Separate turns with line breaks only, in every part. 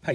嗨，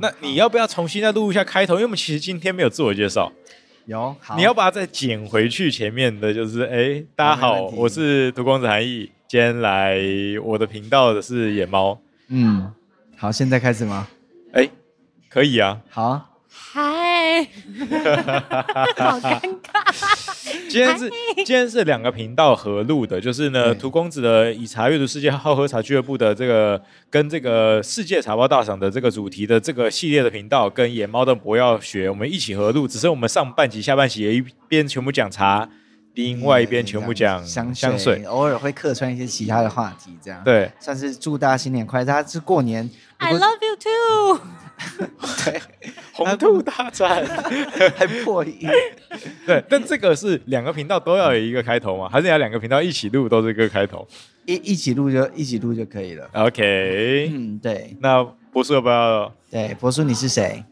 那你要不要重新再录一下开头？因为我们其实今天没有自我介绍，
有好，
你要把它再剪回去前面的，就是哎、大家
没
好，
问题
我是读光子韩毅，今天来我的频道的是野猫，
嗯，好，现在开始吗？
哎、可以啊，
好，
嗨，好尴尬。
今天是今天是两个频道合录的，就是呢，
对
涂公子的以茶阅读世界好喝茶俱乐部的这个跟这个世界茶包大赏的这个主题的这个系列的频道，跟野猫的博药学我们一起合录，只是我们上半集、下半集也一边全部讲茶，另外一边全部讲
嗯香
香水，
偶尔会客串一些其他的话题，这样。，
对。
算是祝大家新年快乐。大家是过年
I
如果
love you too。
红兔大战，
还破音，
对，但这个是两个频道都要有一个开头吗？还是要两个频道一起录都是一个开头
一一起录就一起录就可以了。
？OK，、
嗯，对
那博士要不要
对，博叔你是谁？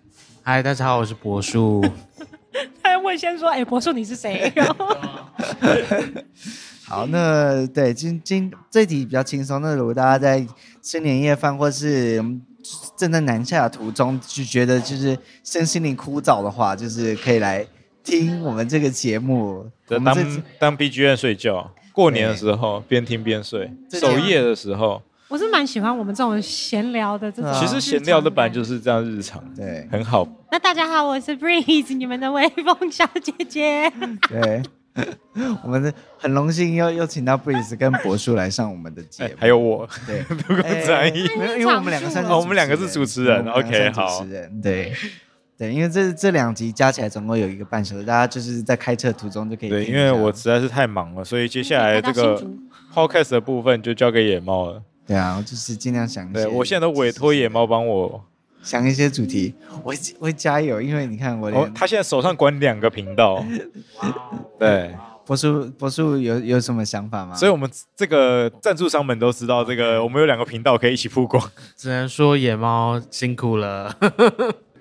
嗨，大家好，我是柏树。
他问先说：“哎、柏树你 是谁？”然后
好，那对今今这题比较轻松。那如果大家在吃年夜饭或是嗯正在南下的途中，就觉得就是身心灵枯燥的话，就是可以来听我们这个节目。我们
当
这集
当 BGM 睡觉，过年的时候边听边睡，
对
守夜的时候，
我是蛮喜欢我们这种闲聊的这种。。
对啊
其实闲聊的版就是是这样日常，
对
很好。
那大家好，我是 Breeze，你们的微风小姐姐。
对，我们是很荣幸又又请到 Breeze 跟柏树来上我们的节
哎
目。
还有我，
对，哎
如果在意，
没有，因为我们两个算是
哦我们两个是主持人
对我们两个
OK，
算主持人对。对，因为这这两集加起来总共有一个半小时，大家就是在开车途中就可以听
对，
一下。
因为我实在是太忙了，所以接下来这
哎大家
个
新竹
podcast 的部分就交给野猫了。
对啊，我就是尽量想一些。
对我现在都委托野猫帮我，
想一些主题，我会我会加油，因为你看我
哦
连
他现在手上管两个频 道，对，
博叔博叔有有什么想法吗？
所以我们这个赞助商们都知道，这个我们有两个频道可以一起曝光。
只能说野猫辛苦了。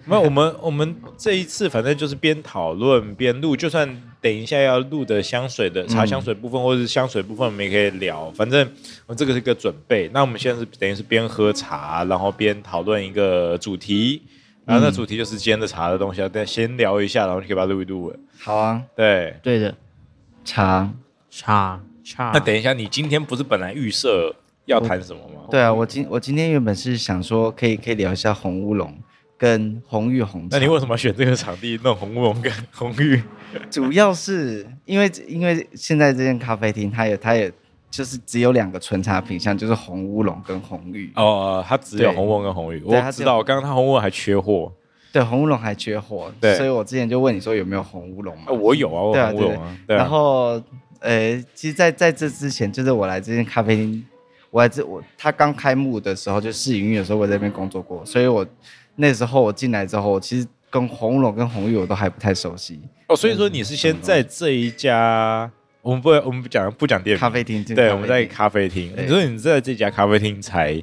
没有，我们我们这一次反正就是边讨论边录，就算等一下要录的香水的茶香水部分，或者是香水部分，我们也可以聊。反正我这个是一个准备。那我们现在是等于是边喝茶，然后边讨论一个主题，然后那主题就是今天的茶的东西啊，但先聊一下，然后就可以把它录一录了。
好啊，
对，
对的，
茶。
差差。
那等一下，你今天不是本来预设要谈什么吗？
对啊，我今我今天原本是想说可以可以聊一下红乌龙跟红玉红茶
那你为什么选这个场地弄红乌龙跟红玉？
主要是因为因为现在这间咖啡厅它有它有就是只有两个纯茶品相，就是红乌龙跟红玉。
哦，它只有
对
红乌龙跟红玉，
对
我
它只
知
有
道，刚刚它红乌龙还缺货。
对，红乌龙还缺货，
对
所以我之前就问你说有没有红乌龙嘛
啊，？我有啊，我
对啊
有我有啊，对啊。
然后呃，其实在在这之前，就是我来这间咖啡厅，我来这我他刚开幕的时候就试营运的时候，我在那边工作过，所以我那时候我进来之后，其实跟红乌龙跟红玉我都还不太熟悉。
哦，所以说你是先在这一家，我们不我们不讲不讲店名
咖啡厅
对，我们在
咖啡厅
咖啡
对
厅。你说你在这家咖啡厅才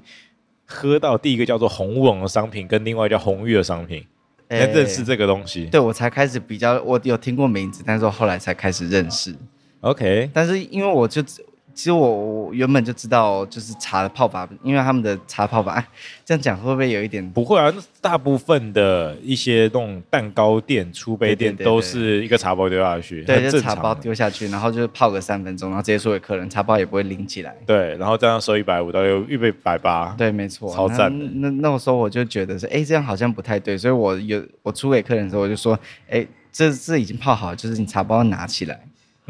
喝到第一个叫做红乌龙的商品，跟另外一个叫红玉的商品，你才
哎
认识这个东西。
对我才开始比较，我有听过名字，但是我后来才开始认识。
OK，
但是因为我就只其实我我原本就知道，就是茶的泡法，因为他们的茶泡法，哎 这样讲会不会有一点？
不会啊，那大部分的一些那种蛋糕店、出杯店
对对对对
都是一个茶包丢下去，很
对，就
正
茶包
常啊的。
丢下去，然后就是泡个三分钟，然后直接送给客人，茶包也不会拎起来。
对，然后这样收一百五到六，预备百八。
对，没错，
超赞的
那那那个时候我就觉得是，哎，这样好像不太对，所以我有我出给客人的时候，我就说，哎，这这已经泡好了，就是你茶包拿起来。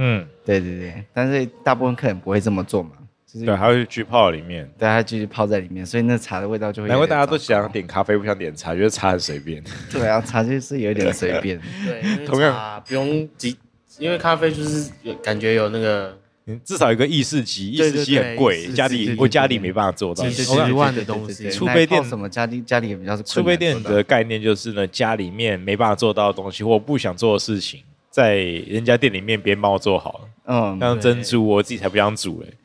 嗯，
对对对，但是大部分客人不会这么做嘛，就是
对，啊还会去泡里面。
大家继续泡在里面，所以那茶的味道就会有
难怪
点
大家都
糟糕
想点咖啡，不想点茶，觉得茶很随便。
对啊，茶就是有点 随便。
对，因为
同样
茶不用急，因为咖啡就是有感觉有那个
嗯 至少有个意式机，意
对
式机
对对
很
意
贵，
式机
家
对
里
对
我
对
家里
对
没办法做到。
几十
我看
万的东西
储备电
奶泡什么家里家里也比较是
储
困难
备电子
做到
的概念就是呢，家里面没办法做到的东西或不想做的事情，在人家店里面别人帮我做好了。
嗯，
像
对
珍珠，我自己才不想煮欸嘞。
啊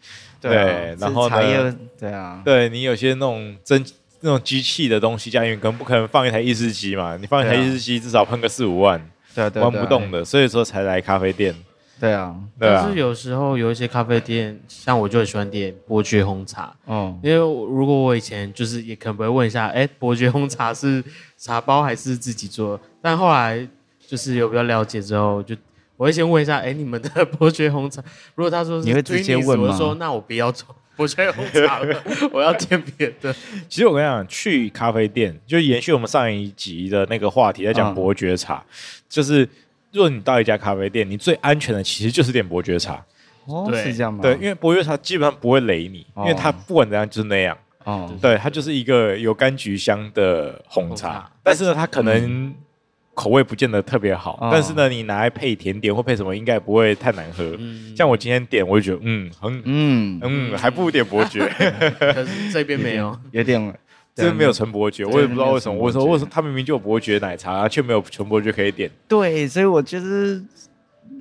对然后
是茶
呢
叶对啊，
对你有些那种蒸那种机器的东西，家里面可能不可能放一台意式机嘛？你放一台
对啊
意式机，至少喷个四五万，
对啊对啊
玩不动，的，所以说才来咖啡店，
对啊，
对
但
啊
是。有时候有一些咖啡店，像我就很喜欢点伯爵红茶，
嗯，
因为我如果我以前就是也可能不会问一下，哎，伯爵红茶是茶包还是自己做？但后来就是有比较了解之后，就我会先问一下，哎，你们的伯爵红茶，如果他说是
你会直接
Twinings，
问吗
我就说那我不要做伯爵红茶了，我要点别的。
其实我跟你讲，去咖啡店就延续我们上一集的那个话题，在
嗯
讲伯爵茶，就是。如果你到一家咖啡店，你最安全的其实就是点伯爵茶，
哦
对
是这样吗？
对，因为伯爵茶基本上不会雷你，因为它
哦
不管怎样就是那样，
哦，
对，它就是一个有柑橘香的红
红
茶
茶，
但是呢，它可能口味不见得特别好，
哦
但是呢，你拿来配甜点或配什么，应该不会太难喝。
嗯
像我今天点，我就觉得嗯，很
嗯，
嗯，还不如 点伯爵，
可是这边没有，
有
嗯
点
真的没有纯伯爵，我也不知道为什么。
没有
我
纯伯爵
说为什么他明明就有伯爵奶茶，却没有纯伯爵可以点？
对，所以我觉得，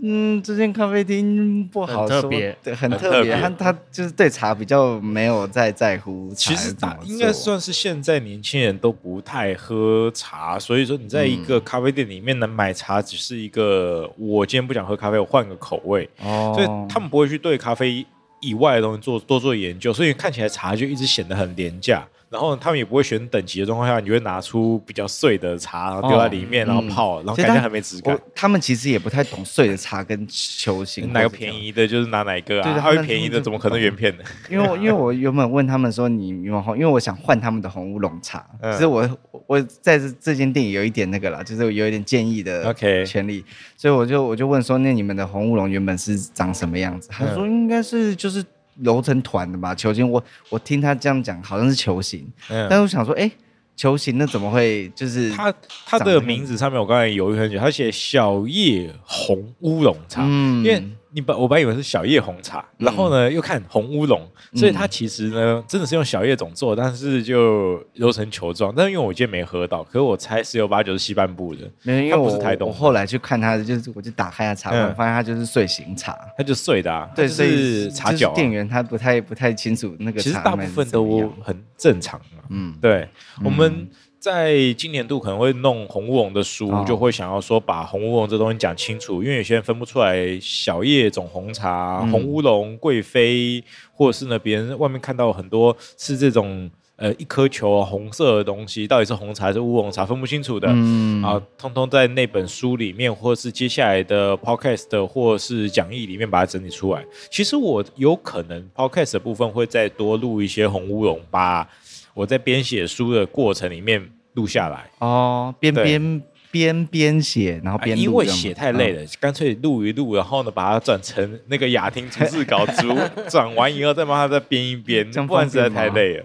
嗯，这间咖啡厅不好
很特
说
别
对，很
很
特
特
别。
别
他他就是对茶比较没有在在乎茶
其实
怎么
大
做，
应该算是现在年轻人都不太喝茶，所以说你在一个
嗯
咖啡店里面能买茶，只是一个我今天不想喝咖啡，我换个口味。
哦，
所以他们不会去对咖啡以外的东西做多做研究，所以看起来茶就一直显得很廉价。然后他们也不会选等级的状况下，你就会拿出比较碎的茶，然后丢在里面，然后泡，然后
哦嗯所以
感觉
他
很没质感
我。他们其实也不太懂碎的茶跟球形
哪个
或者
便
这样。
宜的，就是拿哪一个
对他
啊？它
们嗯
会便宜的，怎么可能原片呢？
因为我因为我原本问他们说你你们红，因为我想换他们的红乌龙茶，
嗯
其实我我在这这间店有一点那个啦，就是有一点建议的
OK
权利所以我就我就问说，那你们的红乌龙原本是长什么样子？他说
嗯
应该是就是揉成团的吧，球形。我我听他这样讲，好像是球形，但
嗯，
是我想说，哎、球形那怎么会就是
它它
长这
的
个
名字上面我刚才犹豫很久，它写小叶红乌龙茶，
嗯
因为你本我本来以为是小叶红茶，然后呢又看红乌龙，
嗯
所以它其实呢真的是用小叶种做，但是就揉成球状。但是因为我今天没喝到，可是我猜十有八九是西半部的，
没有，因为
它不
我
是台东
我
的
后来去看他的，就是我就打开他茶馆，
嗯
发现他就是碎形茶。
它就碎的、啊，
对，
它
所
就
以
是茶角、
就是
啊。
店员他不太不太清楚那个
其实
茶
大部
卖是
分
怎么
都
样
很正常啊。
嗯，
对，我们在今年度可能会弄红乌龙的书，
哦
就会想要说把红乌龙这东西讲清楚，因为有些人分不出来小叶种红茶、
嗯
红乌龙、贵妃，或者是呢别人外面看到很多是这种呃一颗球红色的东西，到底是红茶还是乌龙茶，分不清楚的。
嗯
啊，通通在那本书里面，或是接下来的 podcast 或是讲义里面把它整理出来。其实我有可能 podcast 的部分会再多录一些红乌龙，把我在编写书的过程里面录下来。
哦，边
对
边边边写，然后
啊
哦边
因
录
为
这样嗯
写
吗
太累，了，干脆录一录，然后呢，把它转成那个雅婷逐字稿， 逐转完以后再帮他再编一编
这，样
不然实在
方便
太
吗
累了。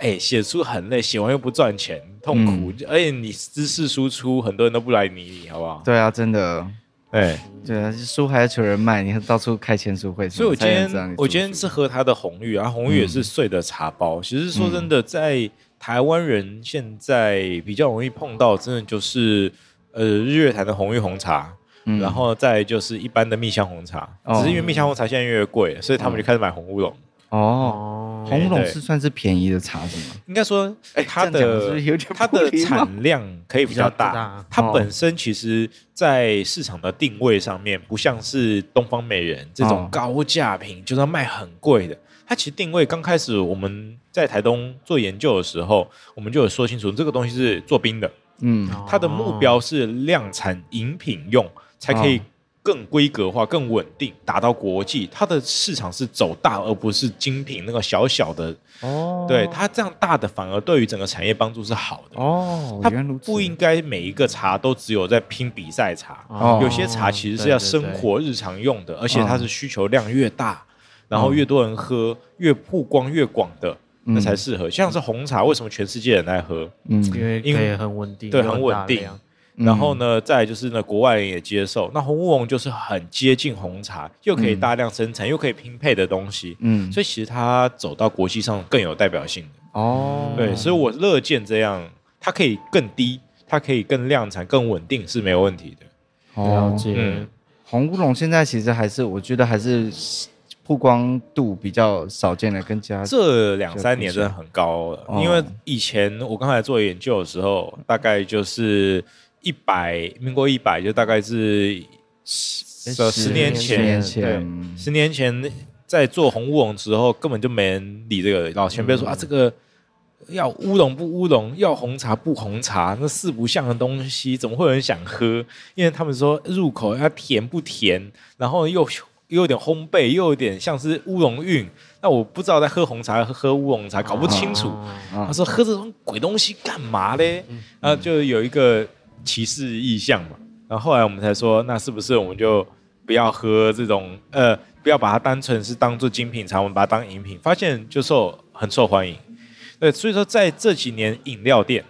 哎，写书很累，写完又不赚钱，痛苦，而且你知识输出，很多人都不来理你，好不好
嗯？对啊，真的，
哎。
对啊，书还要求人卖，你看到处开签书会什
所以
么
我今
才能
天
知道你出书，
我今天是喝它的红玉啊，红玉也
嗯
是碎的茶包。其实说真的，在台湾人现在比较容易碰到，真的就是呃日月潭的红玉红茶，
嗯，
然后再就是一般的蜜香红茶。
哦嗯
只是因为蜜香红茶现在越来越贵，所以他们就开始买红乌龙。
哦，
哦
红龙
对
是算是便宜的茶是吗？
应该说，它
哎这样讲是
的
不是有点
它
不
的
礼貌
产量可以比较
比较
大
大，
它
哦
本身其实在市场的定位上面，不像是东方美人这种
哦
高价品，就是要卖很贵的。它其实定位刚开始我们在台东做研究的时候，我们就有说清楚，这个东西是做冰的，
嗯，
它的目标是量产饮品用，才可以
哦
更规格化、更稳定，达到国际。它的市场是走大，而不是精品那个小小的
哦
对，它这样大的反而对于整个产业帮助是好的。
哦，
它
原来如此，
不应该每一个茶都只有在拼比赛茶，
哦
有些茶其实是要生活日常用的，而且
嗯
它是需求量越大，然后越多人喝，越曝光越广的。
嗯
那才适合，像是红茶，为什么全世界人爱喝？
嗯
对对对因为可以很稳定，
对，
有
很
很大
稳定
量。
然后呢，再来就是呢，国外人也接受。那红乌龙就是很接近红茶，又可以大量生产，又可以拼配的东西。
嗯，
所以其实它走到国际上更有代表性的。
哦，
对，所以我乐见这样，它可以更低，它可以更量产、更稳定是没有问题的。
了解。
嗯
哦红乌龙现在其实还是，我觉得还是曝光度比较少见的，跟其他
这两三年真的很高了，
哦
因为以前我刚才做研究的时候，大概就是一百，民国一百就大概是十十年
哎十
前
年，前，嗯
十年前在做红乌龙之后，根本就没人理这个。老前辈说、啊，这个要乌龙不乌龙，要红茶不红茶，那四不像的东西，怎么会有人想喝？因为他们说入口要甜不甜，然后又又有点烘焙，又有点像是乌龙韵。那我不知道在喝红茶喝喝乌龙茶，搞不清楚。
哦
啊
他说喝这种鬼东西干嘛嘞？
嗯
然后就有一个歧视意向嘛。然后后来我们才说，那是不是我们就不要喝这种呃，不要把它单纯是当做精品茶，我们把它当饮品，发现就受很受欢迎。对，所以说在这几年饮料店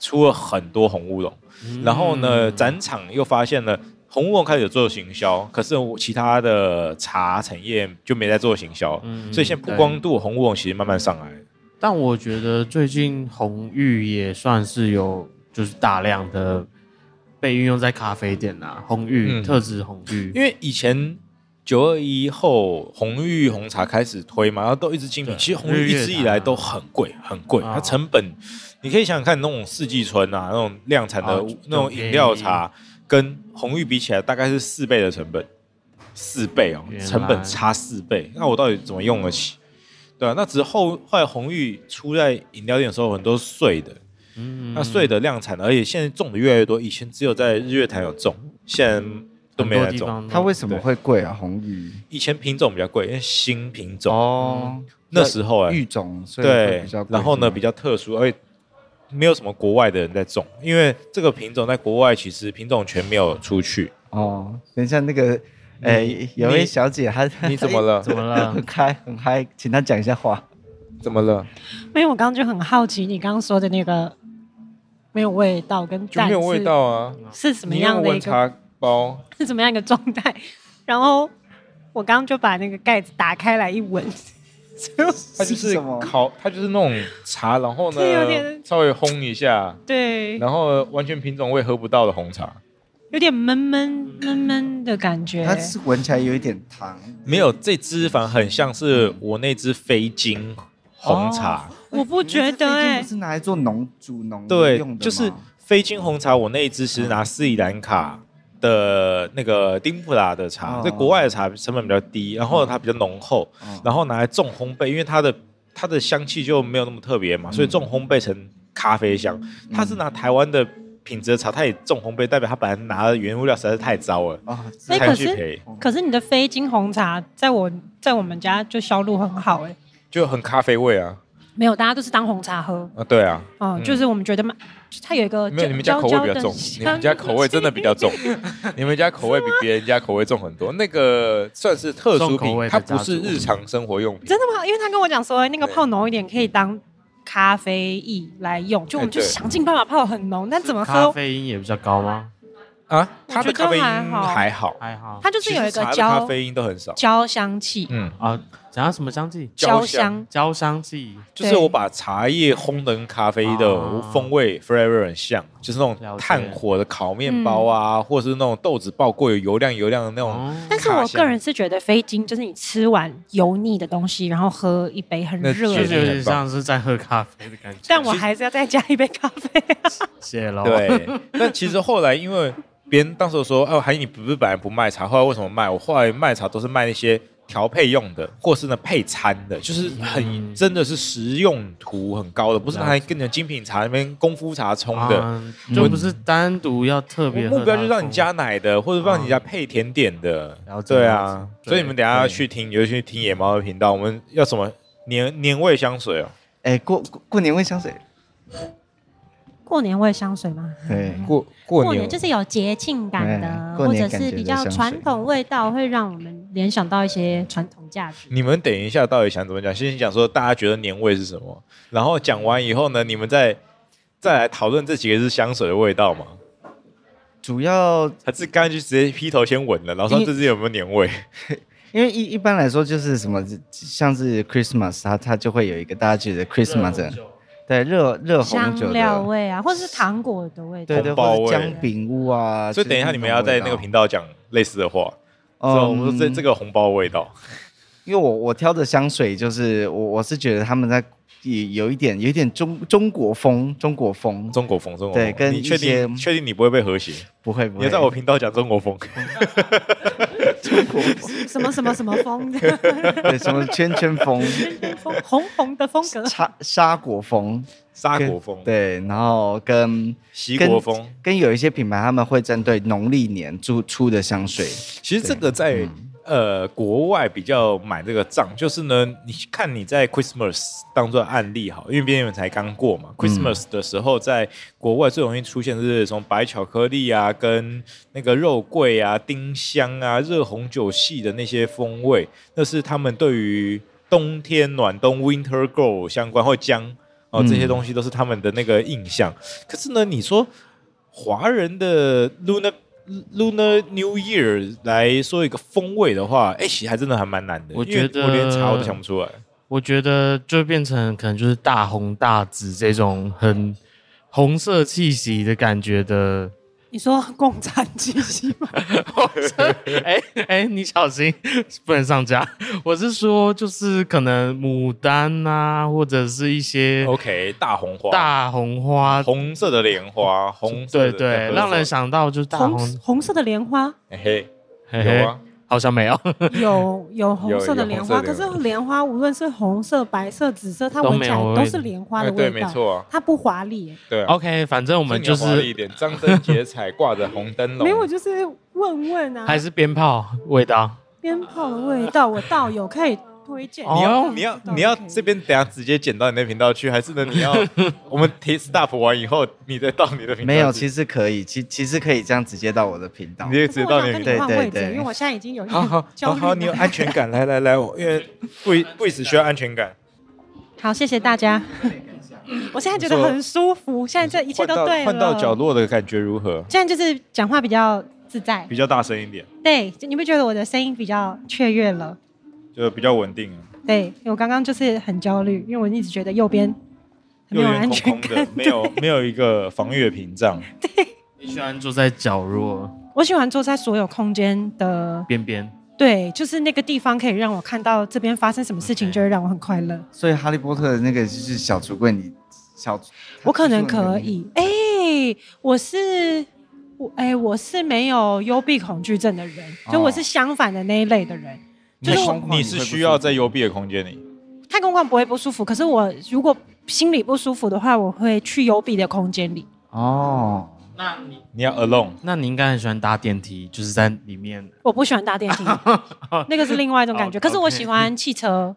出了很多红乌龙，
嗯
然后呢，展场又发现了。红乌龙开始有做行销，可是我其他的茶产业就没在做行销，
嗯
所以现在曝光度红乌龙其实慢慢上来了。
但我觉得最近红玉也算是有，就是大量的被运用在咖啡店啦、红玉、
嗯
特制红玉，
因为以前九二一后红玉红茶开始推嘛，然后都一直精品。
对
其实红玉一直以来都很贵，很贵，
啊
它成本你可以想想看，那种四季春啊，那种量产
啊
的
就
那种饮料茶，跟红玉比起来，大概是四倍的成本，四倍哦
原，来
成本差四倍。那我到底怎么用得起？对啊，那只是后后来红玉出在饮料店的时候，很多碎的，
嗯
那碎的量产的，而且现在种的越来越多。以前只有在日月潭有种，现在都
很
没
多
人
地
种。
方
它为什么会贵啊？红玉
以前品种比较贵，因为新品
嗯
种、
哦，
那时候哎、
玉种，所以会
对
比较，贵
然后呢
是吗
比较嗯特殊，而且没有什么国外的人在种，因为这个品种在国外其实品种全没有出去。
哦，等一下那个，呃，有位小姐她
你怎么了
怎 么了
很嗨很嗨，请她讲一下话。
怎么了？
因为我刚刚就很好奇你刚刚说的那个没有味道跟
就
蛋
没有味道啊？
是是怎么
你用
样的一
温
个
茶包？
是怎么样一个状态，然后我刚刚就把那个盖子打开来一 闻，
它就是是
什么
烤，它就是那种茶，然后呢
这有点
稍微烘一下，
对，
然后完全品种我也喝不到的红茶，
有点闷闷闷闷的感觉。
它是闻起来有一点糖，
没有这支反而很像是我那支非精红茶。
我不觉得
哎
哎、
不是拿来做浓煮浓
对
用的，吗嗯
就是非金红茶，我那一支是拿斯里兰卡的那个丁普拉的茶，
哦
在国外的茶成本比较低，然后它比较浓厚，
哦
然后拿来重烘焙，因为它的它的香气就没有那么特
嗯
别嘛，所以重烘焙成咖啡香。它是拿台湾的品质的茶，它也重烘焙，代表它本来拿的原物料实在是太糟了，
啊，
哎
才
可
去
是
赔，
可是你的非金红茶在我在我们家就销路很好哎、
就很咖啡味啊
没有，大家都是当红茶喝，
啊，对啊，
嗯，
嗯
就是我们觉得嘛，就它有一个
没有你们家
呃焦
口味比较
焦的
重，你
香
们家口味真的比较重， 你们家口味比别人家口味重很多。那个算是特殊
重口味
品，
的
它不是
家族
日常生活用品。
真的吗？因为他跟我讲说，哎那个
对
泡浓一点可以当咖啡液来用，就我们
哎
就
对
想尽办法泡很浓，但怎么
咖
喝，
啡因也比较高吗？
啊，它
觉
的
得
咖啡因
还好
还好，
还好
它就是
其实
有一个
茶的咖
焦
啡因都很少。
焦香气，
嗯，
啊，讲到什么香气？
焦
焦香
香
焦香气，
就是我把茶叶烘得跟咖啡的
啊
风味 flavor 很像，就是那
了
种
解
炭火的烤
嗯
面包啊，或是那种豆子爆过有油亮油亮的那种，
哦，
但是我个人是觉得非精，就是你吃完油腻的东西，然后喝一杯很
那
热
就是
的，
有点像是在喝咖啡的感觉。
但我还是要再加一杯咖啡、啊。
谢喽，，
对，但其实后来因为别人当时说，哦，韩你不是本来不卖茶，后来为什么卖？我后来卖茶都是卖那些调配用的，或是呢配餐的，就是很、
嗯
真的是食用途很高的，不是拿来跟你的精品茶那边功夫茶冲的。
嗯，就不是单独要特
我
别喝
目标就是
它的
让你加奶的，或者让你加配甜点的。
了解
对
了
啊，
解
所以你们等一下
对
要去听，你就去听野猫的频道。我们要什么年年味香水哦，
哎，过过过年味香水，
过年味香水吗？
对，
过
过年就是有节庆感的
哎，过
或
年
者
感觉
是比
的
较
香水
传统味道，会让我们联想到一些传统价值。
你们等一下到底想怎么讲？先讲说大家觉得年味是什么，然后讲完以后呢，你们再再来讨论这几个是香水的味道嘛？
主要
还是干脆就直接劈头先闻了，然后说
因
这支有没有年味？
因为一一般来说就是什么，像是 Christmas，它它就会有一个大家觉得 Christmas 的对热热红酒
香料
的，
味啊，或者是糖果的味道。
对对，
红包
或者
味
姜饼屋啊。
所以等一下你们要在那个频道讲类似的话，说
哦，
我们说这这
个，
个红包味道，
因为我我挑的香水就是我我是觉得他们在也有一点有一点中中国风，中国风
中国风，中国
对
风，
跟
你确
一些
定确定你不会被和谐？
不会不
你
会
要在我频道讲中国风，
什么什么什么风的
对什么圈圈风、
风，红红的风格。
沙沙果风，
沙
跟
国风，
对，然后跟
西
跟
国风。
跟有一些品牌他们会针对农历年出出的香水，
其实这个在呃国外比较买这个账，就是呢，你看你在 Christmas 当做案例好，因为毕竟你们才刚过嘛，Christmas 的时候在国外最容易出现的是从白巧克力啊、跟那个肉桂啊、丁香啊、热红酒系的那些风味，那是他们对于冬天暖冬 Winter Girl 相关或姜哦这些东西都是他们的那个印象。可是呢，你说华人的 Lunar Lunar New Year 来说一个风味的话，哎、其实还真的还蛮难的。
我
因为
觉得
我连查我都想不出来。
我觉得就变成可能就是大红大紫这种很红色气息的感觉 的。
你说共产气息吗？
哎哎，你小心，不能上架。我是说，就是可能牡丹啊，或者是一些
OK，大红花，
大红花，
红色的莲花，红色
对
的
对，让人想到就是大
红
红，
红色的莲花
嘿嘿
嘿嘿
有啊，
好像没有，
有有红色的莲花，
有有
可
红色的莲花
是莲花无论是红色、白色、紫色，它
都
闻
没
起
有
来
味
都是莲花
哎
的
对，
味
没
道，
错啊，
它不华丽耶。
对啊。
OK，反正我
我
们就
华丽
是
一点，张灯结彩，挂着红灯笼。
没有，我就是问问啊，
还是鞭炮味道。
鞭炮的味道，我倒有可以推荐。嗯
你要
哦
你要
倒有
你要
可以
这边等下直接剪到你的频道去，还是呢？你要我们停 stop 完以后，你再到你的频道去？
没有，其实可以，其其实可以这样直接到我的频道
你。也
可
直
是
接
我
到
想
你的频
跟
对
道。
你换位置，因为我现在已经 有一
好
点
好
焦
好
虑
好，你有
了
安全感，来来来，我因为不不只需要安全感，
好，谢谢 大家。我现在觉得很舒服，现在这一切
换
都
到
对了。
换到角，落的感觉如何？
现在就是讲话比较自在
比。较大声一点，
对，就你不觉得我的声音比较雀跃了？
就比较稳定了。
对，我刚刚就是很焦虑，因为我一直觉得右边很
右
没有
边
安
空
全
空的
感，。
没有没有一个防御的屏障。
你喜欢坐在角落
我喜欢坐在所有空间的，
边边，
对，就是那个地方可以让我看到这边发生什么事情，
OK
就会让我很快乐。
所以哈利波特的那个就是小橱柜，你小
我可能可，以，哎、我是我，哎、我是没有幽闭恐惧症的人，就
哦
我是相反的那一类的人。
它
就是
出
我
门
你
你
是需要在幽闭的空间里，
太空旷不会不舒服，可是我如果心里不舒服的话，我会去幽闭的空间里。
哦，
那你
你要 alone。
那你应该很喜欢搭电梯，就是在里面
我不喜欢搭电 梯，那个是另外一种感觉。
好
可是我
哦 OK
喜欢汽车，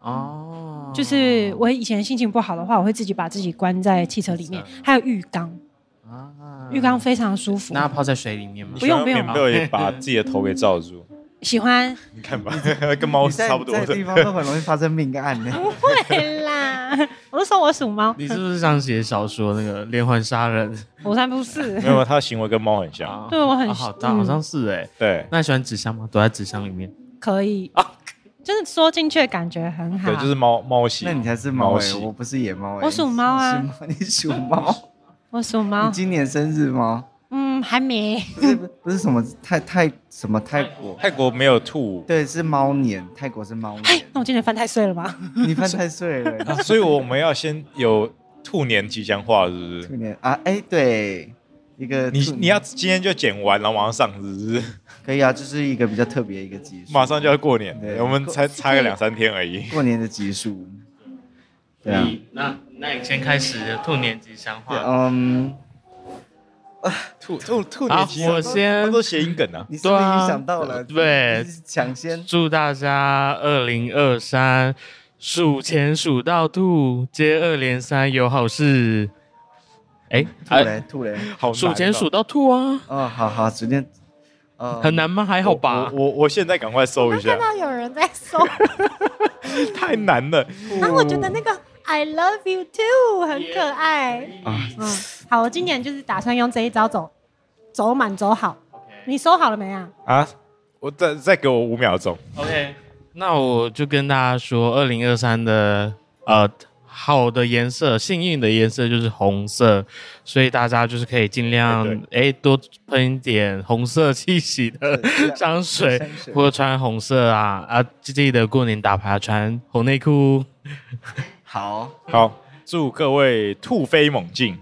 哦，
就是我以前心情不好的话，我会自己把自己关在汽车里面，还有浴缸，
啊
浴缸非常舒服。
那泡在水里面吗
你？
不用
需要棉被把自己的头给罩住，
喜 欢
你看吧， 跟猫
你在
哦差不多
在地
的。
方都很容易发生命案呢。
不会啦，我都说我属猫，
你是不是想写小说那个连环杀人？
我才不是
没。有，它的行为跟猫很像。
啊
对我很
啊好
嗯
像好像是哎。
对，
那你喜欢纸箱吗？躲在纸箱里面？
可以，就是缩进去的感觉很好。
啊对， 就是猫猫系。
那你才是猫哎，
系
我不是野猫哎，
我属猫啊
你是猫，你属猫，
我属
你
猫，
今年生日吗？
嗯，还没。
不是不是什么泰泰什么泰国，
泰国没有兔，
对，是猫年，泰国是猫
哎
年，，
那我今年犯太岁了吧？
你犯太岁了，
所以我们要先有兔年吉祥话，是不
兔
是？
年啊，哎，对，一个
你
兔年
你要今天就剪完，然后马上上，是不是？
可以啊，就是一个比较特别的一个集数，
马上就要过年
对，
我们才差个两三天而已。
过年的集数，对啊。
你那那你先开始兔年吉祥
对
话。
嗯，
兔兔兔
好
年吉祥话，
我先
它都谐音梗 啊。
你是不是
对啊
已经想到了？
对
你是抢先
祝大家二零二三数钱数到吐，接二连三有好事。哎，
吐
哎，
嘞吐嘞。
好
数
难
钱
哦
数到吐啊，
哦，好好，随便。 呃，
很难吗？还好吧
我。我我现在赶快搜一下
看，到有人在 搜，
太难了。
然后我觉得那个 I love you too 很可爱。
啊
嗯，好，我今年就是打算用这一招走走满走好。你收好了没啊？
啊！我再再给我五秒钟，
OK，那我就跟大家说，二零二三的呃好的颜色，幸运的颜色就是红色，所以大家就是可以尽量
对
哎多喷一点红色气息的香水，或者穿红色啊啊，记得过年打牌穿红内裤。
好，
好，祝各位突飞猛进，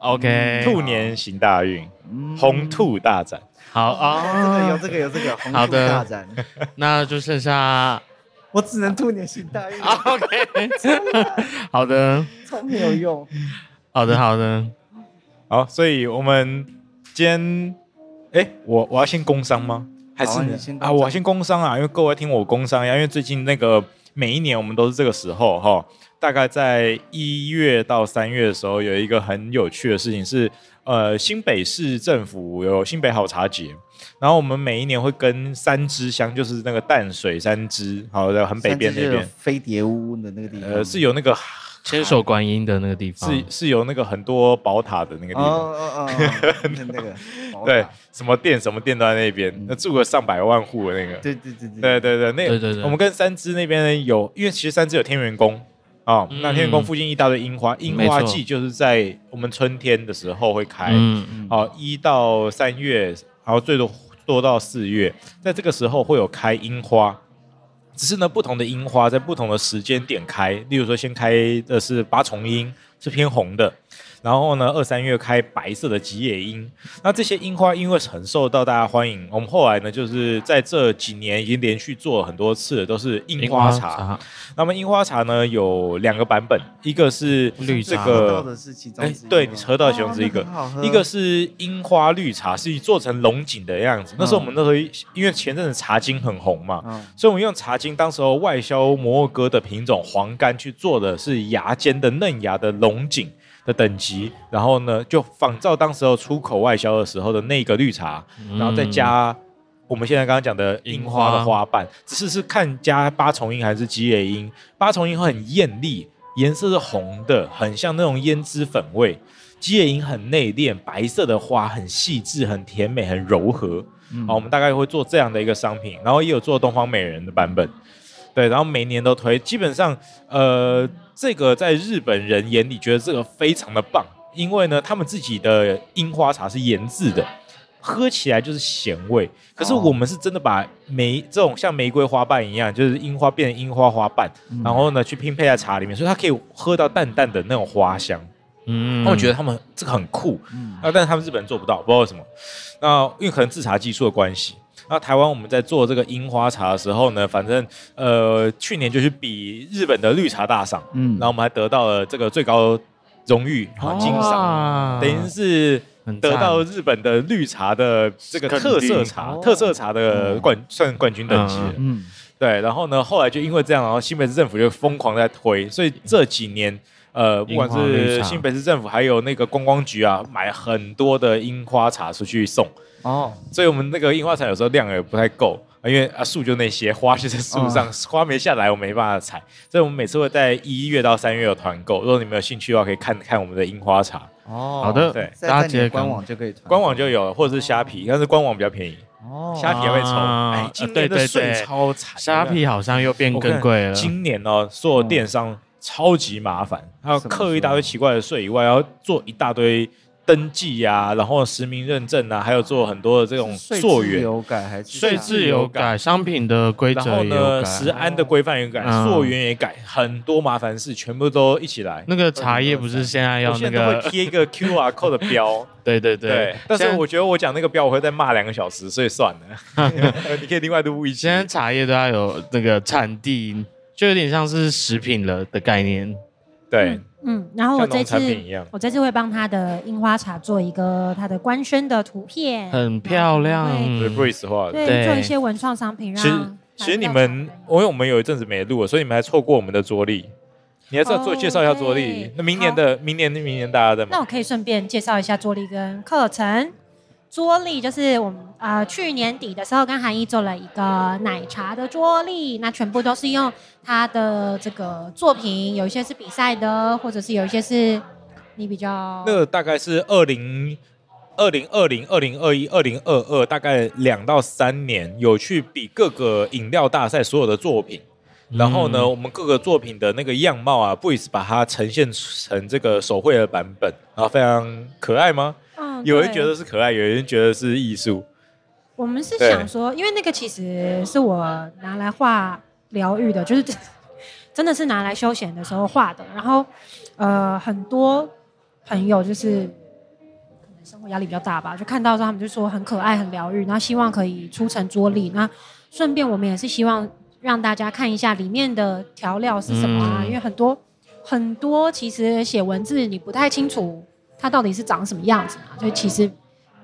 OK，
兔年行大运，红兔大展。
好
这个有
啊，
这个有这个红
好
兔
的
大 展，
那就剩下
我只能兔年行大运，
啊
OK，好的，
聪没有用。
好的，好的，
好，所以我们今天，哎、我我要先工商吗？还
好
是
啊
你
你先工
啊，
商
我要先工商啊，因为各位听我工商呀，因为最近那个每一年我们都是这个时候哈，大概在一月到三月的时候，有一个很有趣的事情是，呃，新北市政府有新北好茶节，然后我们每一年会跟三支乡，就是那个淡水三支，好在很北边那
甚至有嗯
边，
飞碟屋的那个地方，
呃，是有那个
千手观音的那个地方
是是有那个很多宝塔的那个地
哦
方。
哦哦，哦那那个宝塔
对，什么店什么店都在那边，那住了上百万户的那个。
对对对
对对对，那
对对对
我们跟三芝那边有，因为其实三芝有天元宫哦，
嗯
那天元宫附近一大堆樱花，樱花
没错
季就是在我们春天的时候会开，
嗯。
哦，一到三月，然后最多多到四月，在这个时候会有开樱花。只是呢，不同的樱花在不同的时间点开，例如说先开的是八重樱，是偏红的，然后呢，二三月开白色的吉野樱。那这些樱花因为很受到大家欢迎，我们后来呢，就是在这几年已经连续做了很多次了，都是樱花茶。那么樱花茶呢有两个版本，一个是
绿
这
茶
喝到
个
的，是其中
哎、
之一吗，
对你喝到其中
哦
之一 个，
那很好喝
一个是樱花绿茶，是做成龙井的样子。那时候我们那时候因为前阵子茶经很红嘛，
嗯
所以我们用茶经当时候外销摩洛哥的品种黄柑去做的是芽尖的嫩芽的龙井的等级，然后呢就仿照当时候出口外销的时候的那个绿茶，然后再加。我们现在刚刚讲的樱花的花瓣，只是是看加八重樱还是吉野樱。八重樱会很艳丽，颜色是红的，很像那种胭脂粉味。吉野樱很内敛，白色的花很细致、很甜美、很柔和。好，我们大概会做这样的一个商品，然后也有做东方美人的版本，对，然后每年都推。基本上，呃，这个在日本人眼里觉得这个非常的棒，因为呢，他们自己的樱花茶是研制的。喝起来就是咸味，可是
哦
我们是真的把玫这种像玫瑰花瓣一样，就是樱花变成樱花花瓣，然后呢去拼配在茶里面，所以它可以喝到淡淡的那种花香。
嗯
他们觉得他们这个很酷，
嗯
啊，但是他们日本人做不到，不知道为什么。那因为可能制茶技术的关系。那台湾我们在做这个樱花茶的时候呢，反正呃去年就是比日本的绿茶大赏，
嗯
然后我们还得到了这个最高荣誉
哦
啊金赏，
赏
等于是
很赞
得到日本的绿茶的这个
肯定
特色茶
哦
特色茶的冠算冠军等级了
嗯。
嗯，
对，然后呢，后来就因为这样，然后新北市政府就疯狂在推，所以这几年，呃，不管
樱花绿
是
茶
新北市政府还有那个观光局啊，买很多的樱花茶出去送，
哦，
所以我们那个樱花茶有时候量也不太够。啊因为啊树就那些，花就在树
哦
上，花没下来我没办法采，所以我们每次会在一月到三月有团购。如果你们有兴趣的话，可以看看我们的樱花茶，
嗯
哦，
好的
对
在
大家
在你
记得
的官
看
网就可以团
官网就有了，或者是虾皮，但是官网比较便宜，
哦，
虾皮还会抽。
啊
哎，今年
对
的
对
税
对
超惨，
虾皮好像又变
我
更
看
贵了。
今年哦，所有电商超级麻烦，
哦
还要
怎么
扣一大堆
说
奇怪的税以外，要做一大堆登记呀、然后实名认证啊，还有做很多的这
这
种溯源。
有改还是
税制有改，商品的规
然
则
后
也有
呢，
改，啊
食安的规范也改，
嗯
溯源也改，很多麻烦事全部都一起来。
那个茶叶不是现在
我
要那
现在都会
个？
贴一个 QR code 的标，
对对 对
对。。但是
现在
我觉得我讲那个标，我会再骂两个小时，所以算了。 你可以另外录一期
现。在茶叶都要有那个产地，就有点像是食品了的概念。
对，
嗯，然后我
像农
这次
产品一样
我这次会帮他的樱花茶做一个他的官宣的图片，
很漂亮
然后
对
嗯
Breeze 话的。
会对
对
做一些文创商品，让
其实其实你们，因为我们有一阵子没录了，所以你们还错过我们的桌历。你还是要做
哦
介绍一下桌历
对。
那明年的明年明年大家在
那
忙
我可以顺便介绍一下桌历跟课程。桌历就是我们呃去年底的时候跟韩一做了一个奶茶的桌历，那全部都是用他的这个作品，有一些是比赛的，或者是有一些是你比较
那个大概是二零二零二零、二零二一、二零二二，大概两到三年，有去比各个饮料大赛所有的作品。然后呢，我们各个作品的那个样貌啊，不一直把它呈现成这个手绘的版本，然后非常可爱吗？
嗯
有人
对
觉得是可爱，有人觉得是艺术。
我们是
对
想说，因为那个其实是我拿来画疗愈的，就是 真的是拿来休闲的时候画的。然后，呃，很多朋友就是可能生活压力比较大吧，就看到之后他们就说很可爱、很疗愈，然后希望可以出成桌历。那顺便我们也是希望让大家看一下里面的调料是什么啊，
嗯
因为很多很多其实写文字你不太清楚它到底是长什么样子嘛，所以其实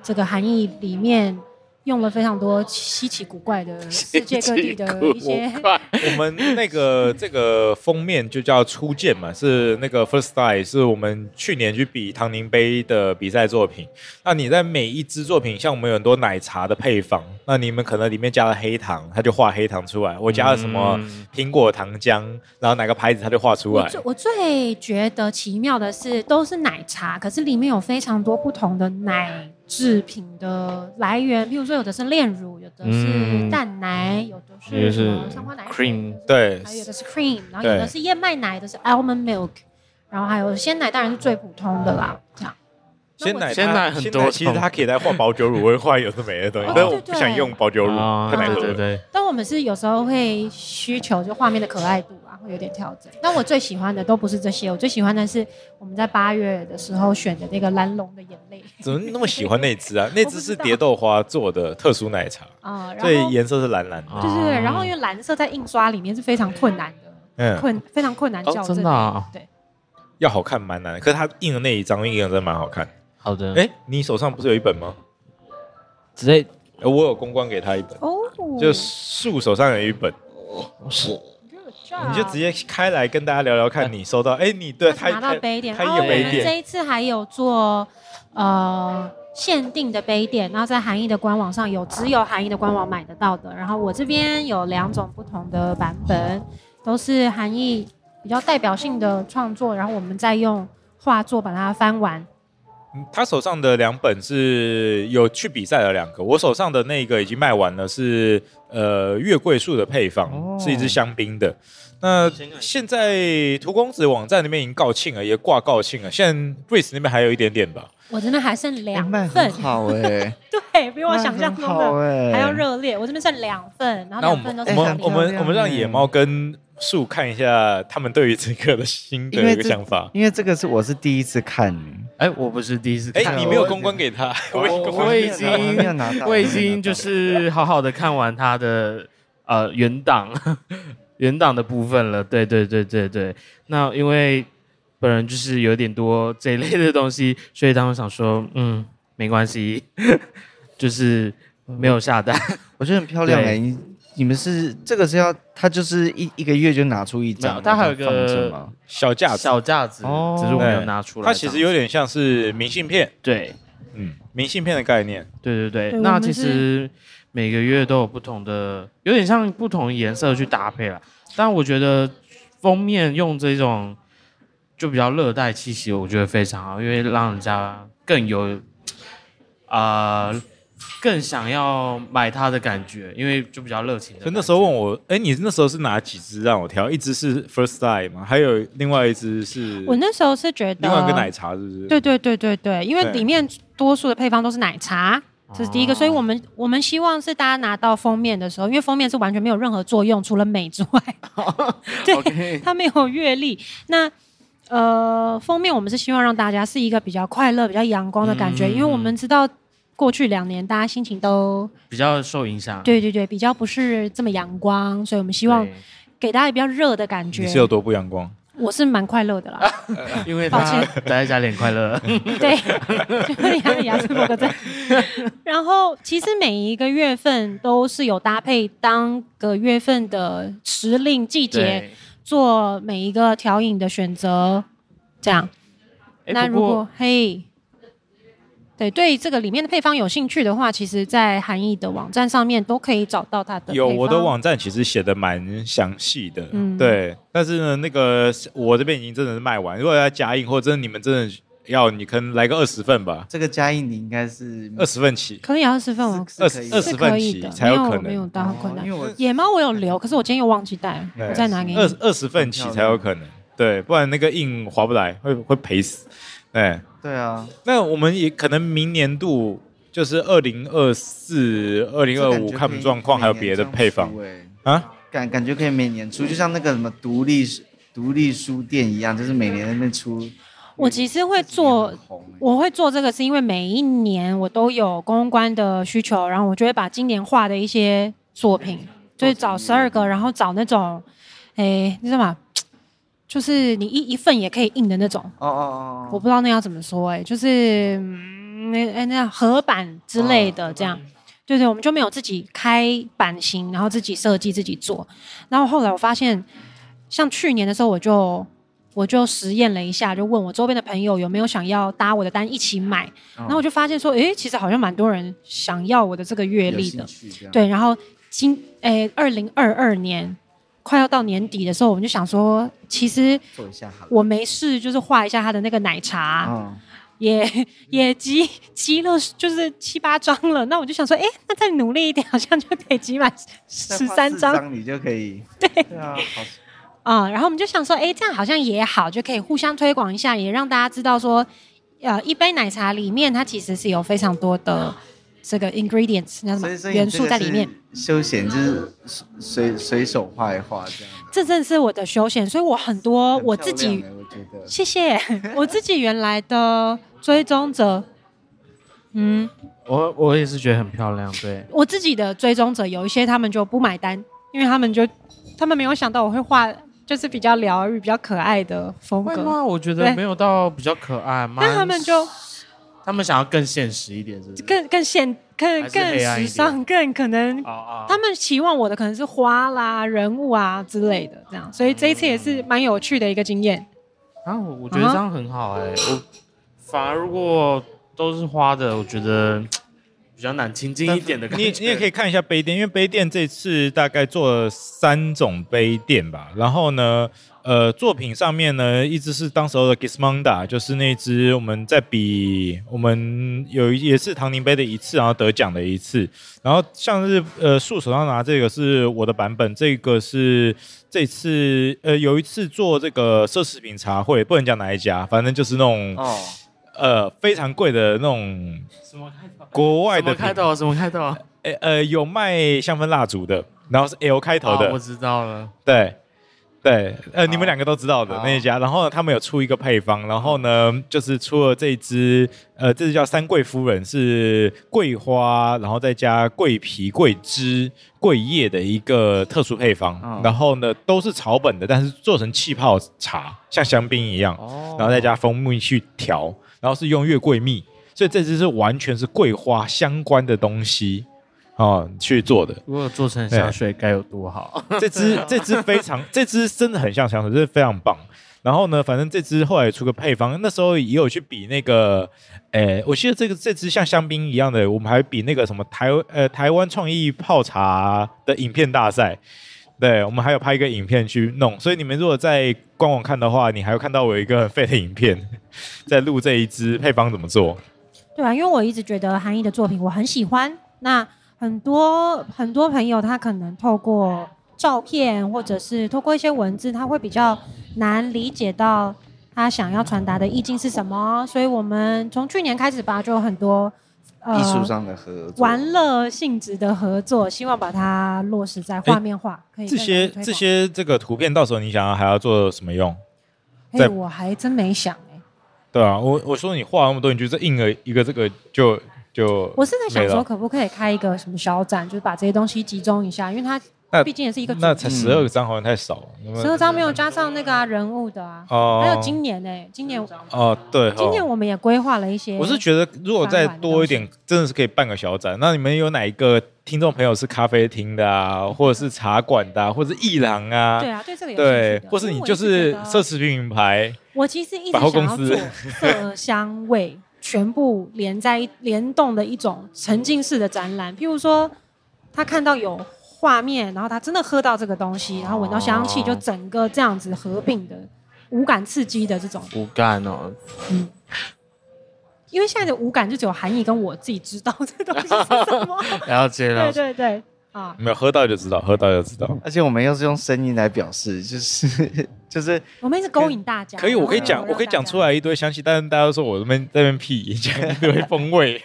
这个含义里面用了非常多稀奇古怪的世界各地的一些
我们那个这个封面就叫初见嘛，是那个 First Eye，是我们去年去比唐宁杯的比赛作品。那你在每一支作品，像我们有很多奶茶的配方，那你们可能里面加了黑糖，它就画黑糖出来；我加了什么
嗯
苹果糖浆，然后哪个牌子它就画出
我
来。
最我最觉得奇妙的是，都是奶茶，可是里面有非常多不同的奶制品的来源，比如说有的是炼乳，有的是
嗯
蛋奶，有的
有
是什
的是
么香花奶水
cream，
对
还有的是 cream，然后
对
有的是燕麦奶，有的是 almond milk，然后还有鲜奶，当然是最普通的啦，这样。
鲜奶它，
鲜奶很多
鲜奶其实它可以来画保酒乳，我会画有的没的东西
哦，
但是我
对对
不想用保酒乳，
啊
太难喝
对对
了。
对，
但我们是有时候会需求就画面的可爱度啊，会有点调整。但我最喜欢的都不是这些，我最喜欢的是我们在八月的时候选的那个蓝龙的眼 泪
怎么那么喜欢那只啊？那只是蝶豆花做的特殊奶茶，
啊、然
所以
后
颜色是蓝蓝的。
对对对，
啊
然后因为蓝色在印刷里面是非常困难的，
嗯，
困非常困难校
哦，
正。
真的啊，
要好看蛮难的，可是他印的那一张印的真的蛮好看。
好的，
哎、你手上不是有一本吗？
直接
呃我有公关给他一本，
哦，
就树手上有一本，
是
Good job
你就直接开来跟大家聊聊看，你收到哎、你对他
啊他拿到杯垫，哦
他
然
也
后我
杯
们
垫
这一次还有做呃限定的杯垫，然后在韩艺的官网上有只有韩艺的官网买得到的。然后我这边有两种不同的版本，都是韩艺比较代表性的创作，然后我们再用画作把它翻完。
嗯他手上的两本是有去比赛的两个，我手上的那个已经卖完了，是呃月桂树的配方，
哦
是一支香槟的。那现在涂公子网站那边已经告罄了，也挂告罄了。现在 Breeze 那边还有一点点吧，
我这边还剩两
卖
份
很，好哎，
对 比我想象中
卖很好
的
哎，
还要热烈。我这边剩两份，然后
那我
两
们嗯
份都
我
是
哎
料
们
理
漂
我们
亮
我们让
欸
野猫跟树看一下他们对于这个的新的
因为
一个
这
想法。
因为这个是我是第一次看，
哎，我不是第一次
哎、
看，
你没有公关给他，我已经公关
我
给
已
他
经
没有拿到，
我已经就是好好的看完他的呃原档 原档的部分了。对对对对对。那因为本人就是有点多这一类的东西，所以当时想说，嗯，没关系， 就是没有下单。
我觉得很漂亮哎、
对
你你们是这个是要，它就是一一个月就拿出一
没
张，
有它还有一个
然后放着吗？
小架子，
小架子，
哦
只是我没有拿出来。
它其实有点像是明信片，
对
嗯，明信片的概念。
对对
对
对。
我
那
们
其
是
实每个月都有不同的，有点像不同颜色去搭配啦。但我觉得封面用这种就比较热带气息，我觉得非常好，因为让人家更有啊、呃更想要买它的感觉，因为就比较热情的
所
感
以
觉。
那时候问我，哎、你那时候是拿几支让我挑？一支是 First Eye 嘛，还有另外一支是
我那时候是觉得
另外一个奶茶，是不是？
对对对对对，因为
对
里面多数的配方都是奶茶，这是第一个，
哦
所以我们我们希望是大家拿到封面的时候，因为封面是完全没有任何作用，除了美之外，对，它没有阅历。那呃，封面我们是希望让大家是一个比较快乐、比较阳光的感觉，
嗯
因为我们知道过去两年大家心情都
比较受影响，
对对对比较不是这么阳光，所以我们希望
对，
给大家比较热的感觉
你。是有多不阳光？
我是蛮快乐的啦，
因 为
抱
他
歉
待在家里很快 乐。
对，就是牙牙齿破个针。 然后其实每一个月份都是有搭配当个月份的时令季节
对，
做每一个调饮的选择，这样。
哎
那
不
如
过
果嘿。对，对这个里面的配方有兴趣的话，其实，在韩艺的网站上面都可以找到它的。
有我的，网站其实写的蛮详细的，
嗯
对。但是呢，那个我这边已经真的是卖完，如果要加印或者真的你们真的要你可能来个二十份吧，
这个嘉义你应该是
二十份起，
可以啊，二十份我
是
二
是可以
十
的
二
嗯是
十
可
份
以
起
的，
才有可
没有没有
能，
到很困难
哦。因为我
野猫我有留，可是我今天又忘记带，
对
我再拿给
二十
你。
二十份起才有可能，对，不然那个硬划不来，会会赔死。哎，
对啊，
那我们也可能明年度就是二零二四、二零二五，看状况还有别的配方
哎，
啊。
感感觉可以每年出，就像那个什么独立独立书店一样，就是每年在那边出。
我其实会做
很红欸
我会做这个是因为每一年我都有公关的需求，然后我就会把今年画的一些作品，嗯就是找十二个，然后找那种，诶，你知道吗？就是你一一份也可以印的那种，
哦哦
我
哦
不知道那要怎么说、诶，就是嗯那哎那合版之类的这样。对对，我们就没有自己开版型，然后自己设计自己做。然后后来我发现，像去年的时候，我就我就实验了一下，就问我周边的朋友有没有想要搭我的单一起买。
哦，
然后我就发现说，诶，其实好像蛮多人想要我的这个阅历的。
的，
对，然后今诶，二零二二年快要到年底的时候，我们就想说，其实
做一下好了。
我没事，就是画一下他的那个奶茶，
嗯，
也也集集了就是七八张了。那我就想说，诶，那再努力一点，好像就可以集满十三
再画四
张
张你就可以。对对啊，好
啊、然后我们就想说，诶，这样好像也好，就可以互相推广一下，也让大家知道说，呃，一杯奶茶里面它其实是有非常多的这个 ingredients，那
所以
什
所
么
以
元
你这
素
个
在里
是
面。
休闲就是随随手画一画这样。
这正是我的休闲，所以我很多
很
哦我
漂
自己
亮欸我觉得
谢谢 我自己原来的追踪者，嗯，
我我也是觉得很漂亮，对，
我自己的追踪者有一些他们就不买单，因为他们就他们没有想到我会画，就是比较疗愈、比较可爱的风
会
格。
吗？我觉
对
得没有到比较可爱，
那
蛮
他们就
他们想要更现实一点，是不是？
更更显、更
还是
更
黑暗一
时
点
尚、更可能
哦哦，
他们期望我的可能是花啦、人物啊之类的，这样，所以这一次也是蛮有趣的一个经验。
啊，我我觉得这样很好哎、我反而如果都是花的，我觉得比较难亲近一点的感
你
觉。
你也可以看一下杯垫，因为杯垫这次大概做了三种杯垫吧。然后呢，呃，作品上面呢，一只是当时候的 Gismonda，就是那只我们在比我们有一也是唐宁杯的一次，然后得奖的一次。然后像是呃树手上拿这个是我的版本，这个是这次呃有一次做这个奢侈品茶会，不能讲哪一家，反正就是那种、
哦，
呃非常贵的那种
什么开头？
国外
什
的
么
品
开头？什么开头？
诶呃，有卖香氛蜡烛的，然后是 L 开头
啊
的，
我知道了。
对对，呃，
哦好
你们两个都知道的
好
那一家。然后呢他们有出一个配方，然后呢，就是出了这一支，呃，这支叫三桂夫人，是桂花，然后再加桂皮、桂枝、桂叶的一个特殊配方。
嗯
然后呢，都是草本的，但是做成气泡茶，像香槟一样。
哦
然后再加蜂蜜去调，然后是用月桂蜜，所以这只是完全是桂花相关的东西哦去做的。
如果做成香水该有多好！
这只这只非常， 这只真的很像香水，这是非常棒。然后呢，反正这只后来也出个配方，那时候也有去比那个，诶，我记得这个这只像香槟一样的，我们还比那个什么台呃台湾创意泡茶的影片大赛，对我们还有拍一个影片去弄。所以你们如果在官网看的话，你还会看到我有一个很废的影片，在录这一支配方怎么做。
对啊，因为我一直觉得韩毅的作品我很喜欢。那很多很多朋友他可能透过照片或者是透过一些文字，他会比较难理解到他想要传达的意境是什么。所以我们从去年开始吧，就有很多呃
艺术上的合作，
玩乐性质的合作，希望把它落实在画面化。可以
这
更
些
推广
这，些这个图片，到时候你想要还要做什么用？
哎、
在
我还真没想哎、
对啊，我我说你画那么多，你觉得这印了一个这个就就
我是在想
没
说，
了
可不可以开一个什么小展，就是把这些东西集中一下，因为它
那
毕竟也是一个主
那才
嗯
十二张好像太少了，那么
十二张没有加上那个、啊、人物的啊，
哦，
还有今年呢、今年
哦对哦，
今年我们也规划了一些，
我是觉得如果再多一点，真的是可以办个小展。那你们有哪一个听众朋友是咖啡厅的啊，或者是茶馆的、啊，或者是艺廊啊？
对啊，对这个有
对
兴趣的
或是你
因为我
就
一直
是
觉得
奢侈品品牌，
我其实一直
百
想
货
要
公
做
司
色香味全部连在一联动的一种沉浸式的展览，譬如说他看到有画面，然后他真的喝到这个东西，然后闻到香气，
哦
就整个这样子合并的。无感刺激的这种，
骨感哦，
嗯因为现在的五感就只有韩义跟我自己知道 这东西是 什么。
了解了
对
解，
对对，啊，
没有喝到就知道，喝到就知道。
而且我们又是用声音来表示，就是就是
我们一直勾引大家。
可以，我可以
然后
讲，
让
我可以讲
大家
出。来一堆详细，但是大家都说我这边在那边屁，讲一 堆风味。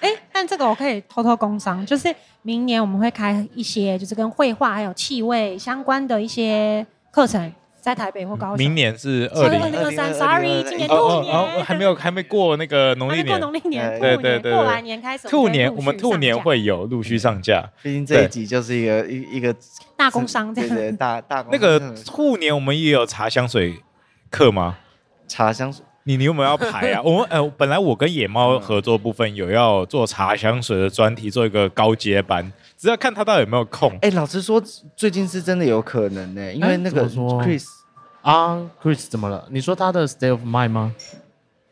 哎，但这个我可以偷偷工商，就是明年我们会开一些就是跟绘画还有气味相关的一些课程，在台北或高雄。
明年是
二
二
零
零
二
2020
三，sorry，今年兔
哦，
年
还没有还没过那个农
还
历
没过
年，
农历年，
哎
过
对对
年
对
过
对
完年开始，
兔年
就
我
会
们
陆续
兔
上
年
架
会有陆续上架。
毕竟这
对
一集就是一个一一个
大工商这
对对
样。
大大工
那个兔年我们也有茶香水课吗？
茶香水
你你有没有要 排啊？我们呃，本来我跟野
嗯
猫合作部分有要做茶香水的专题，做一个高阶班，只要看他到底有没有空。
哎、老实说，最近是真的有可能呢、因为那个
哎怎么说
Chris
啊，Chris 怎么了？你说他的 state of mind 吗？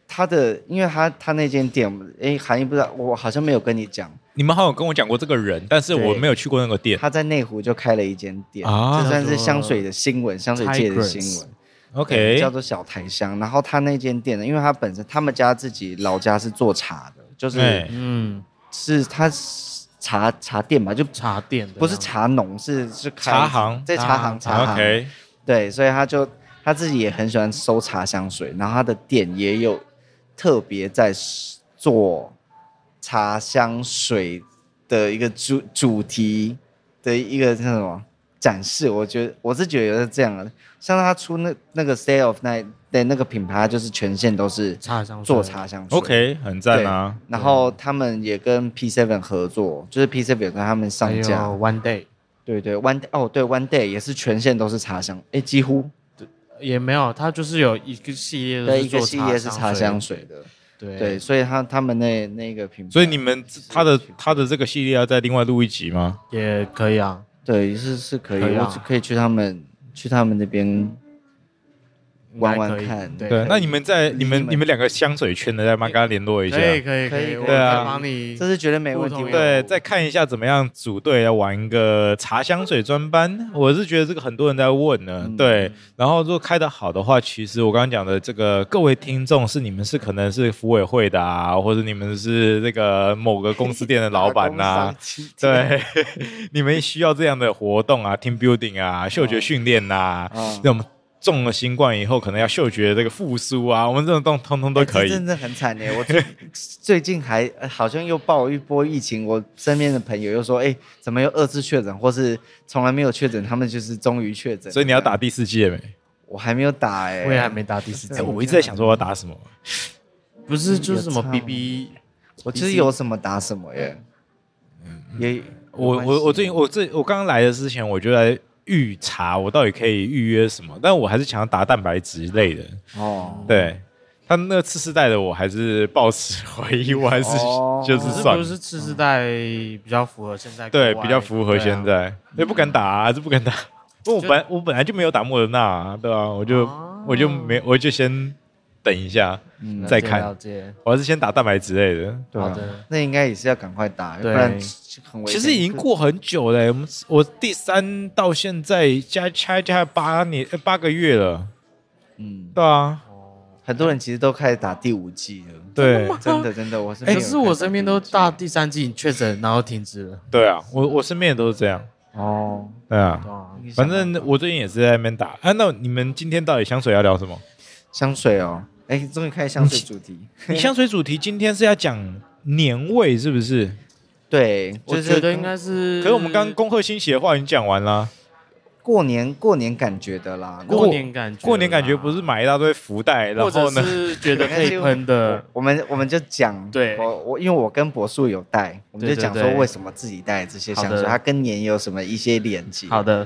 他的，因为他他那间店，哎、韩毅不知道，我好像没有跟你讲，
你们好像有跟我讲过这个人，但是我
对
没有去过那个店。
他在内湖就开了一间店，
啊
这算是香水的新闻，香水界的新闻。
OK，
叫做小台香。然后他那间店呢，因为他本身他们家自己老家是做茶的，就是、
哎
嗯，
是他是茶茶店吧，就
茶店的
不是
那种
茶农，是是开
啊茶行
在茶行
啊
茶行。
OK，
对，所以他就他自己也很喜欢收茶香水，然后他的店也有特别在做茶香水的一个主主题的一个那什么展示。我觉得我是觉得是这样的，像他出那那个 Stay of Night 的那个品牌，它就是全线都是
茶上
做茶香水。
OK，很赞啊！
然后他们也跟 P Seven 合作，就是 P Seven 跟他们
还
上
有
架，
One Day
对对，One Day 哦，对，One Day 也是全线都是茶香，哎，几乎
也没有，他就是有一个系列都
对，
是
一个
做
系列是茶香
水，
水的，
对
对，所以他他们那那个品牌，
所以你们他的他的这个系列要再另外录一集吗？
也可以啊。
对是是可以，
可以啊
我是可以去他们去他们那边玩玩
应该可以
看
对，
对，
可以
那你们在你
你们
们你们两个香水圈的，再帮跟他联络一下。
可以可以
可
可
以
以，我
可以
啊
再帮你
这是绝对没问题
不，同
我
对，再看一下怎么样组队来玩一个茶香水专班，我是觉得这个很多人在问呢。
嗯
对，然后如果开得好的话，其实我刚刚讲的这个各位听众是你们是可能是服委会的啊，或者你们是这个某个公司店的老板 呐、
打工上青天
对， 你们需要这样的活动啊，team building 啊，嗅觉训练呐、
哦
那我们中了新冠以后，可能要嗅觉这个复苏啊，我们这种东通通都
哎
可
这
以。
真的很惨呢。欸我 最最近还呃好像又爆一波疫情，我身边的朋友又说，哎，怎么又二次确诊，或是从来没有确诊，他们就是终于确诊，
所以你要打，第四季了没？
我还没有打哎，
我也还，没打第四
哎、
季，
我一直在想说我要打什么。
不是就是什么
有差吗
BB
我就是有什么打什么耶，
嗯
也
我
没关
我
系
我最近我最我刚刚来的之前，我就在预查我到底可以预约什么，但我还是想要打蛋白质类的。
哦，
对，他那个次世代的我还是抱持怀疑，我还是、
哦
就是
只是
算
不
了。
是次世代比较符合现在国外？
对，比较符合现
对啊。
在，也、不敢打、啊，还是不敢打。因为我本来我本来就没有打莫德纳、啊，对啊，我就、
哦
我就没我就先等一下，
嗯
再
了解
看
了解，
我还是先打蛋白质类的。
对
好
啊
的，
那应该也是要赶快打，要不
对
然很危险。
其实已经过很久了、我们我第三到现在加加一加八年呃八个月了，
嗯，
对啊，
很多人其实都开始打第五剂了，
对
真的真的，我是没
哎，
有
可是我
看
身边都大第三季确诊，然后停止了，
对啊，我我身边也都是这样，
哦，
对啊
对，啊
反正我最近也是在那边打。啊，那你们今天到底香水要聊什么？
香水哦，哎，终于开香水主题，
你香水主题今天是要讲年味是不是？
对，
我
就是
觉得应该是。
可是我们刚刚恭贺新喜的话已经讲完啊啦。
过年过年感觉的啦。，
过年感觉啦，
过年感觉不是买一大堆福袋，然
或者
后呢？
是觉得可以喷的
我们我们就讲，
对
我我因为我跟柏树有带，我们就
对对
讲说
对
为什么自己带这些香
好
水，
的
它跟年有什么一些连接。
好的，